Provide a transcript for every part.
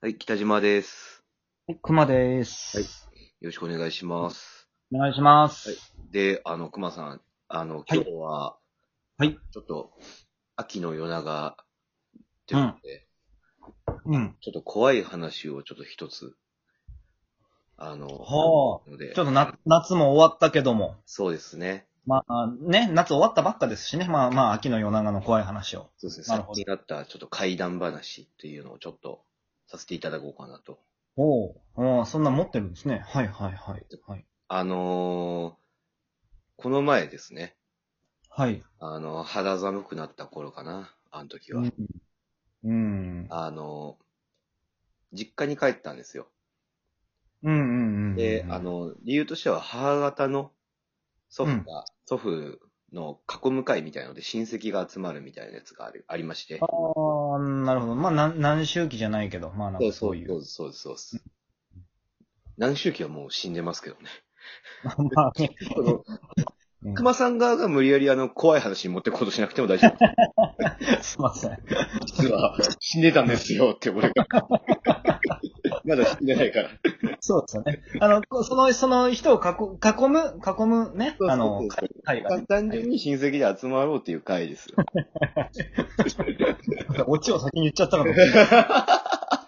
はい、北島です。はい、熊です。はいよろしくお願いします。お願いします。はいで、あの、熊さん、あの、今日は、はい。ちょっと、秋の夜長、ということで、うん。ちょっと怖い話をちょっと一つ、あの、はのでちょっとな、夏も終わったけども。そうですね。まあ、ね、夏終わったばっかですしね。まあまあ、秋の夜長の怖い話を。そうですね。なるさほっどきだった、ちょっと怪談話っていうのをちょっと、させていただこうかなと。おうおうそんな持ってるんですね。はいはいはい。はい。あのーこの前ですね、はい。あの、肌寒くなった頃かな、あの時は。うん。うん。あの、実家に帰ったんですよ。うんうんうん。で、あ、の、理由としては母方の祖父が、祖父の囲む会みたいので親戚が集まるみたいなやつがあるありまして。ああ、なるほど。まあ、なん何周期じゃないけど、まあなんそうかそそううい。そううそうそうです。何周期はもう死んでますけどね。 まあね。このうん熊さん側が無理やりあの、怖い話に持ってこうとしなくても大丈夫ですいません。す。 実は死んでたんですよって俺が。 まだ死んでないから。そうですよね。あの、こその、その人を囲囲む、囲むね、あの、会がね単純に親戚で集まろうっていう会ですよ。オチを先に言っちゃったかと思った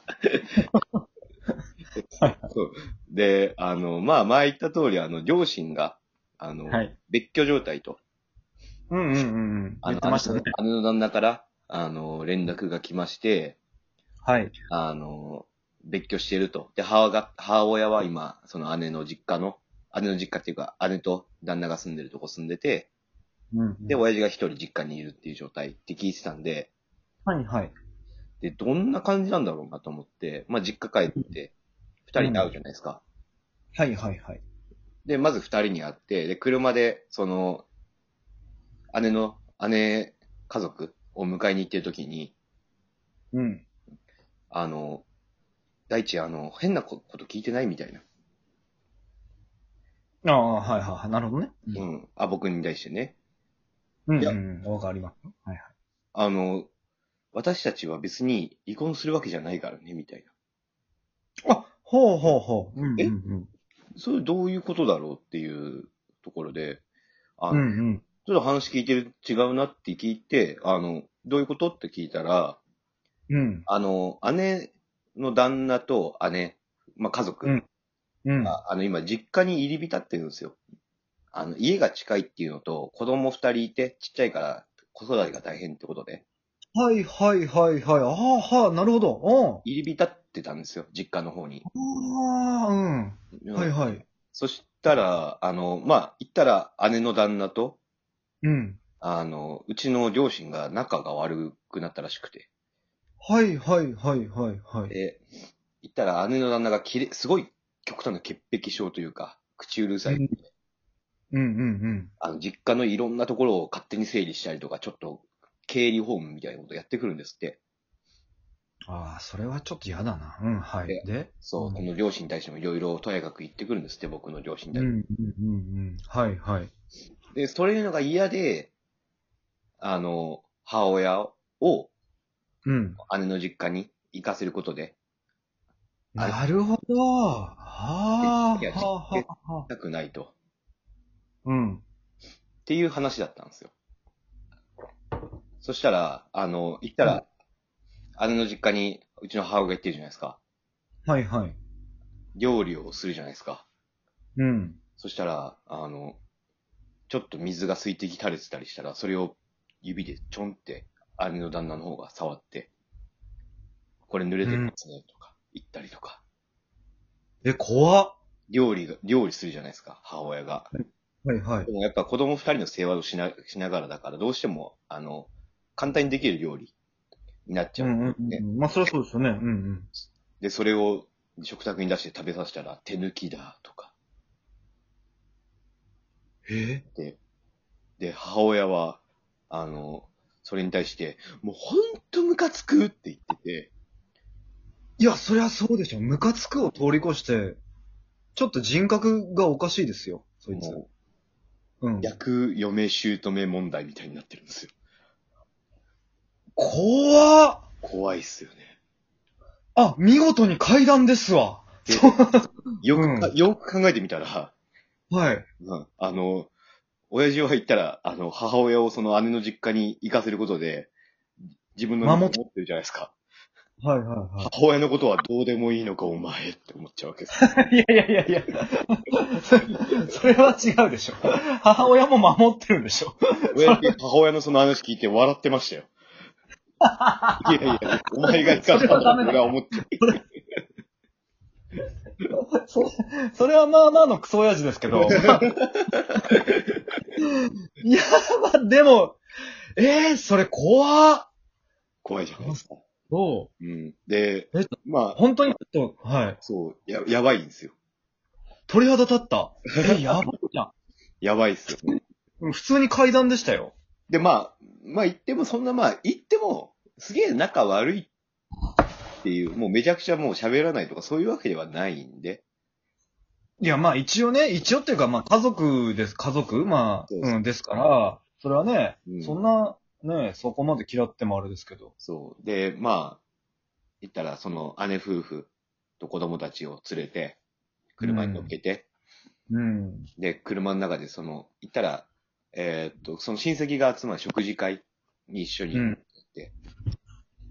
そう。で、あの、まあ、前言った通り、あの、両親が、あの、 はい別居状態と、うんうんうんうん。あ言っの、てましたね。あのあの旦那から、あの、連絡が来まして、はい。あの、別居してると。で、母が、母親は今、その姉の実家の、姉の実家っていうか、姉と旦那が住んでるとこ住んでて、うんで、親父が一人実家にいるっていう状態って聞いてたんで、はいはい。で、どんな感じなんだろうなと思って、まあ、実家帰って、二人に会うじゃないですか。はいはいはい。で、まず二人に会って、で、車で、その、姉の、姉家族を迎えに行ってる時に、うん。あの、大地、あの、変なここと聞いてないみたいな。ああ、はいはいはい。なるほどね。ううんん。あ、僕に対してね。うんいやうん。わかります。はいはい。あの、私たちは別に離婚するわけじゃないからね、みたいな。あ、ほうほうほう。うんえうんそれどういうことだろうっていうところで、あうん。の、うんうん。ちょっと話聞いてる、違うなって聞いて、あの、どういうことって聞いたら、うん。あの、姉の旦那と姉、まあ、家族うんうん。が、あの、今、実家に入り浸ってるんですよ。あの、家が近いっていうのと、子供二人いて、ちっちゃいから、子育てが大変ってことで、はいはいはいはい。ああ、はい。なるほど。お入り浸ってたんですよ、実家の方に。ああ、ううんん。はいはい。そしたら、あの、まあ、行ったら、姉の旦那と、うん。あの、うちの両親が仲が悪くなったらしくて。はいはいはいはいはい。で、行ったら姉の旦那がきれ、すごい極端な潔癖症というか、口うるさい。うんうんうんあの、実家のいろんなところを勝手に整理したりとか、ちょっと、経理ホームみたいなことやってくるんですって。うん。ああ、それはちょっと嫌だな。うん、はでい。でそう、うんこの両親に対してもいろいろとやかく言ってくるんですって、僕の両親にうん対しうんて。うんうん。はいはい。で、それのが嫌で、あの、母親をうん。姉の実家に行かせることで、あれなるほど。はあ、いやはあ、はあ、はあ。なくないと。うん。っていう話だったんですよ。そしたら、あの、行ったら、姉の実家にうちの母親が行ってるじゃないですか。はいはい。料理をするじゃないですか。うん。そしたら、あの、ちょっと水が水滴垂れてたりしたら、それを指でちょんって、姉の旦那の方が触って、これ濡れてますね、とか、言ったりとか。え、怖っ。料理が、料理するじゃないですか、母親が。はいはいで。もやっぱ子供二人の世話をしなしながらだから、どうしても、あの、簡単にできる料理になっちゃううんうんですね。うん。まあ、そりゃそうですよね。うんうん。で、それを食卓に出して食べさせたら、手抜きだ、とか。えで、母親は、あの、それに対して、もうほんとムカつくって言ってて、いや、そりゃそうでしょ。ムカつくを通り越して、ちょっと人格がおかしいですよ。そいつ。もうんう、。逆嫁姑問題みたいになってるんですよ。怖っ怖いっすよね。あ、見事に階段ですわ。でそうよくか、うよく考えてみたら、はい。うんあの、親父は言ったら、あの、母親をその姉の実家に行かせることで、自分の守身っを持ってるじゃないですか。はいはいは母親のことはどうでもいいのか、お前って思っちゃうわけ です。い。いやいやいやいや。 それは違うでしょ。母親も守ってるでしょ。親父母親のその話聞いて笑ってました よ。いやいや、お前が行かせたんだって俺は思って。そそれはまあまあのクソ親父です けど。いや、まあでも、ええそれ怖っ怖いじゃないですか。そうん。でえ、う。まあ、本当にちょっと、はい。そう、や、やばいんですよ。鳥肌立った。え、やばいじゃんやばいっすよ。うん。普通に階段でしたよ。で、まあ、まあ言っても、そんなまあ、言っても、すげえ仲悪いっていう、もうめちゃくちゃもう喋らないとかそういうわけではないんで、いや、まあ一応ね、一応っていうか、まあ家族です、家族まあ、そうそううん、ですから、それはね、うんそんな、ね、そこまで嫌ってもあれですけど。そう。で、まあ、言ったら、その姉夫婦と子供たちを連れて、車に乗っけて、うん。で、車の中でその、言ったら、えーっと、その親戚が集まる食事会に一緒に、うん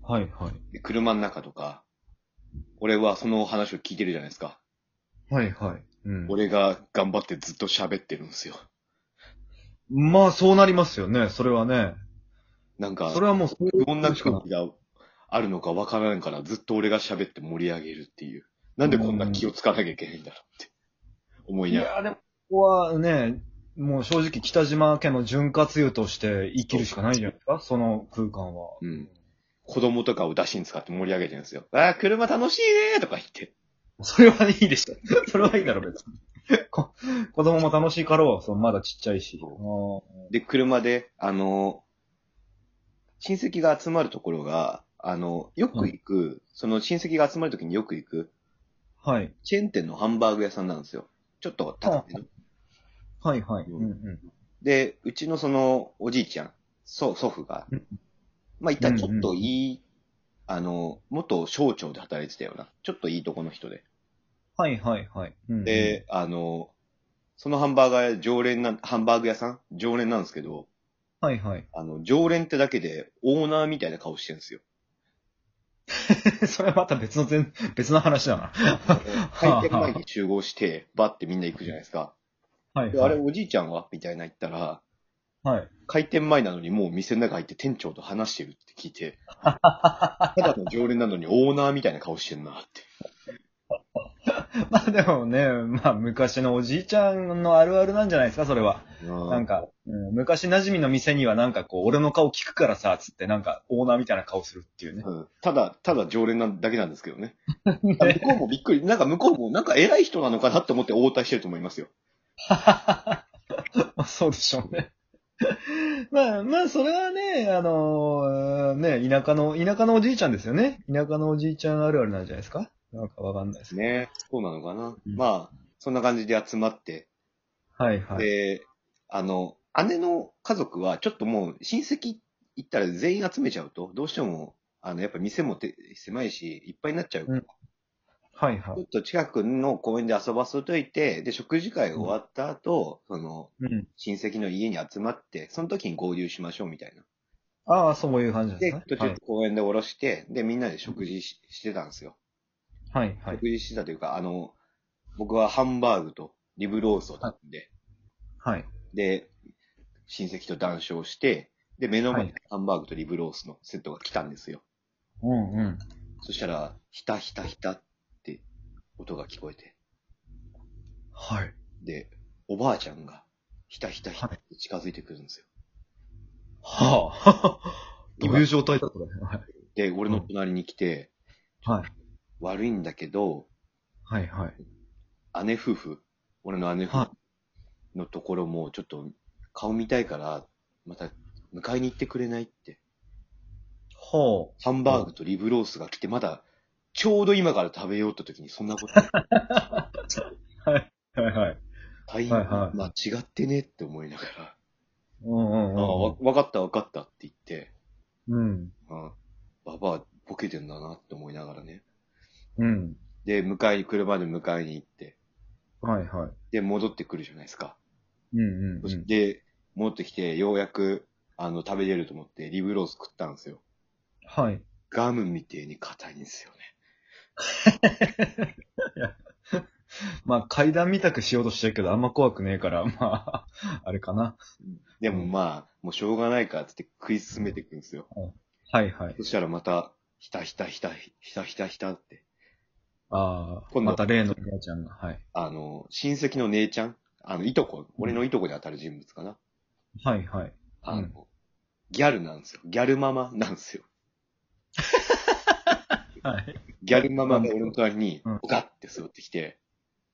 はい、はい。で車の中とか、俺はその話を聞いてるじゃないですか。はい、はい。うん、俺が頑張ってずっと喋ってるんですよ。まあそうなりますよね、それはね。なんか、それはもうそういうどんな空気があるのかわからんから、ずっと俺が喋って盛り上げるっていう。なんでこんな気をつかなきゃいけないんだろうって思いいながら。や、でも、ここはね、もう正直北島家の潤滑油として生きるしかないんじゃないですかその空間は。うん。子供とかを出しに使って盛り上げてるんですよ。ああ、車楽しいねーとか言って。それはいいでしょ。 それはいいだろ、別に。こ子供も楽しいからは、そのまだちっちゃいし。で、車で、あの、親戚が集まるところが、あの、よく行く、その親戚が集まるときによく行く、あーはい。チェーン店のハンバーグ屋さんなんですよ。ちょっと高めの。はいはい。ううんんうん。で、うちのその、おじいちゃん、祖祖父がうん、まあ、言ったらちょっといい、あの、元省庁で働いてたような、ちょっといいとこの人で。はいはいはい。うんうん、で、あの、そのハンバーガー屋、常連な、ハンバーグ屋さん常連なんですけど、はいはい。 あの、常連ってだけで、オーナーみたいな顔してるんですよ。それはまた別の全、別の話だな。開店前に集合して、バってみんな行くじゃないですか。はい、であはれ、い。おじいちゃんはみたいな言ったら、はい。開店前なのにもう店の中入って店長と話してるって聞い て、ただの常連なのにオーナーみたいな顔してんなって。まあでもね、まあ昔のおじいちゃんのあるあるなんじゃないですか、それは。ななん、か、うん、昔馴染みの店にはなんかこう、俺の顔聞くからさ、つってなんかオーナーみたいな顔するっていうね。うん、ただ、ただ常連なだけなんですけど ね。あ向こうもびっくり、なんか向こうもなんか偉い人なのかなって思って応対してると思いますよ。まあそうでしょうね。 まあ、まあ、それはね、あのーね、田舎の、田舎のおじいちゃんですよね。田舎のおじいちゃんあるあるなんじゃないですかなんかわかんないですね。ね。そうなのかな。うんまあ、そんな感じで集まって、はいはい。で、あの、姉の家族はちょっともう親戚行ったら全員集めちゃうと、どうしても、あの、やっぱ店もて狭いし、いっぱいになっちゃうから、うんはいはちょい。っと近くの公園で遊ばせといて、で、食事会終わった後、その、うん。親戚の家に集まって、その時に合流しましょうみたいな。ああ、そういう感じなんでで、すね。途中公園で降ろして、で、みんなで食事ししてたんですよ。はいはいはい。食事してたというか、あの、僕はハンバーグとリブロースを食べて、はい。で、親戚と談笑して、で、目の前にはハンバーグとリブロースのセットが来たんですよ。うんうん。そしたら、ひたひたひたって音が聞こえて、はい。で、おばあちゃんが、ひたひたひたって近づいてくるんですよ。はあ。 どういう状態だこれ。はい。で、俺の隣に来て、はい。悪いんだけど、はいはい。姉夫婦、俺の姉夫婦はのところも、ちょっと顔見たいから、また迎えに行ってくれないって。ほハンバーグとリブロースが来て、まだ、ちょうど今から食べようって時にそんなこと。う。はいはい。大変、はいはいまあ違ってねって思いながら、うんうんうん。ああ、わわかったわかったって言って、うん。うん、ババアボケてんだなって思いながらね。うん。で、迎えに、車で迎えに行って、はいはで、戻ってくるじゃないですか。い。うんうん、そしうて、戻ってきて、ようやく、あの、食べれると思って、リブロース食ったんですよ。ん。はい。ガムみてえに硬いんですよね。まあ階段みたくしようとしてるけど、あんま怖くねえから、 まあ、あれかな。でもまあ、もうしょうがないからっつって食い進めていくんですよ。はいはいそ。したらまた、ひたひたひたひたひたひたって、ああ、今度また例のおばあちゃんが、はい。あの、親戚の姉ちゃん、あの、いとこ、俺のいとこに当たる人物かな。はいはい。あの、うんギャルなんですよ。ギャルママなんですよ。はい。ギャルママが俺の隣にうん、ガッて座ってきて、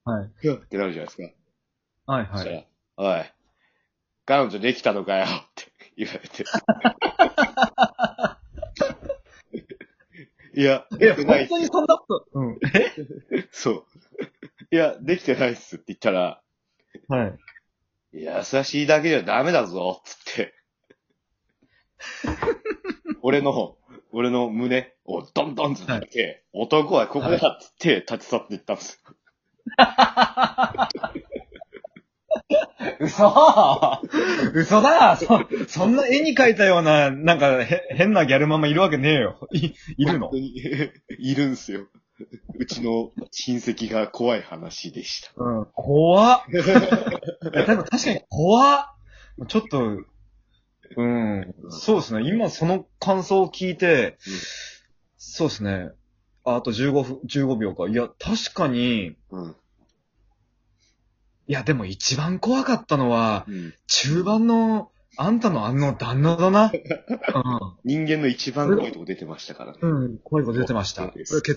はい。ふわってなるじゃないですか。はいそはしたらい。、おい、彼女できたのかよって 言われ て。いや、いや、できてないっす本当にそんなこと、うん。そう。いや、できてないっすって言ったら、はい。優しいだけじゃダメだぞ、つ って。俺の、俺の胸をドンドンつって、男はここだっつって立ち去っていったんですよ。嘘 嘘だそ、そんな絵に描いたような、なんか、へ、変なギャルママいるわけねえよ。い、いるの 本当に いるんですよ。うちの親戚が怖い話でした。 うん。怖っ。いやでも確かに怖っ。ちょっと、うん。そうですね。今その感想を聞いて、うんそうですね。ああと15分、15秒か。いや、確かに、うん。いや、でも一番怖かったのは、うん、中盤の、あんたのあの旦那 だな。人間の一番怖いとこ出てましたからね。うん。うん。声が出てました。そうこれです血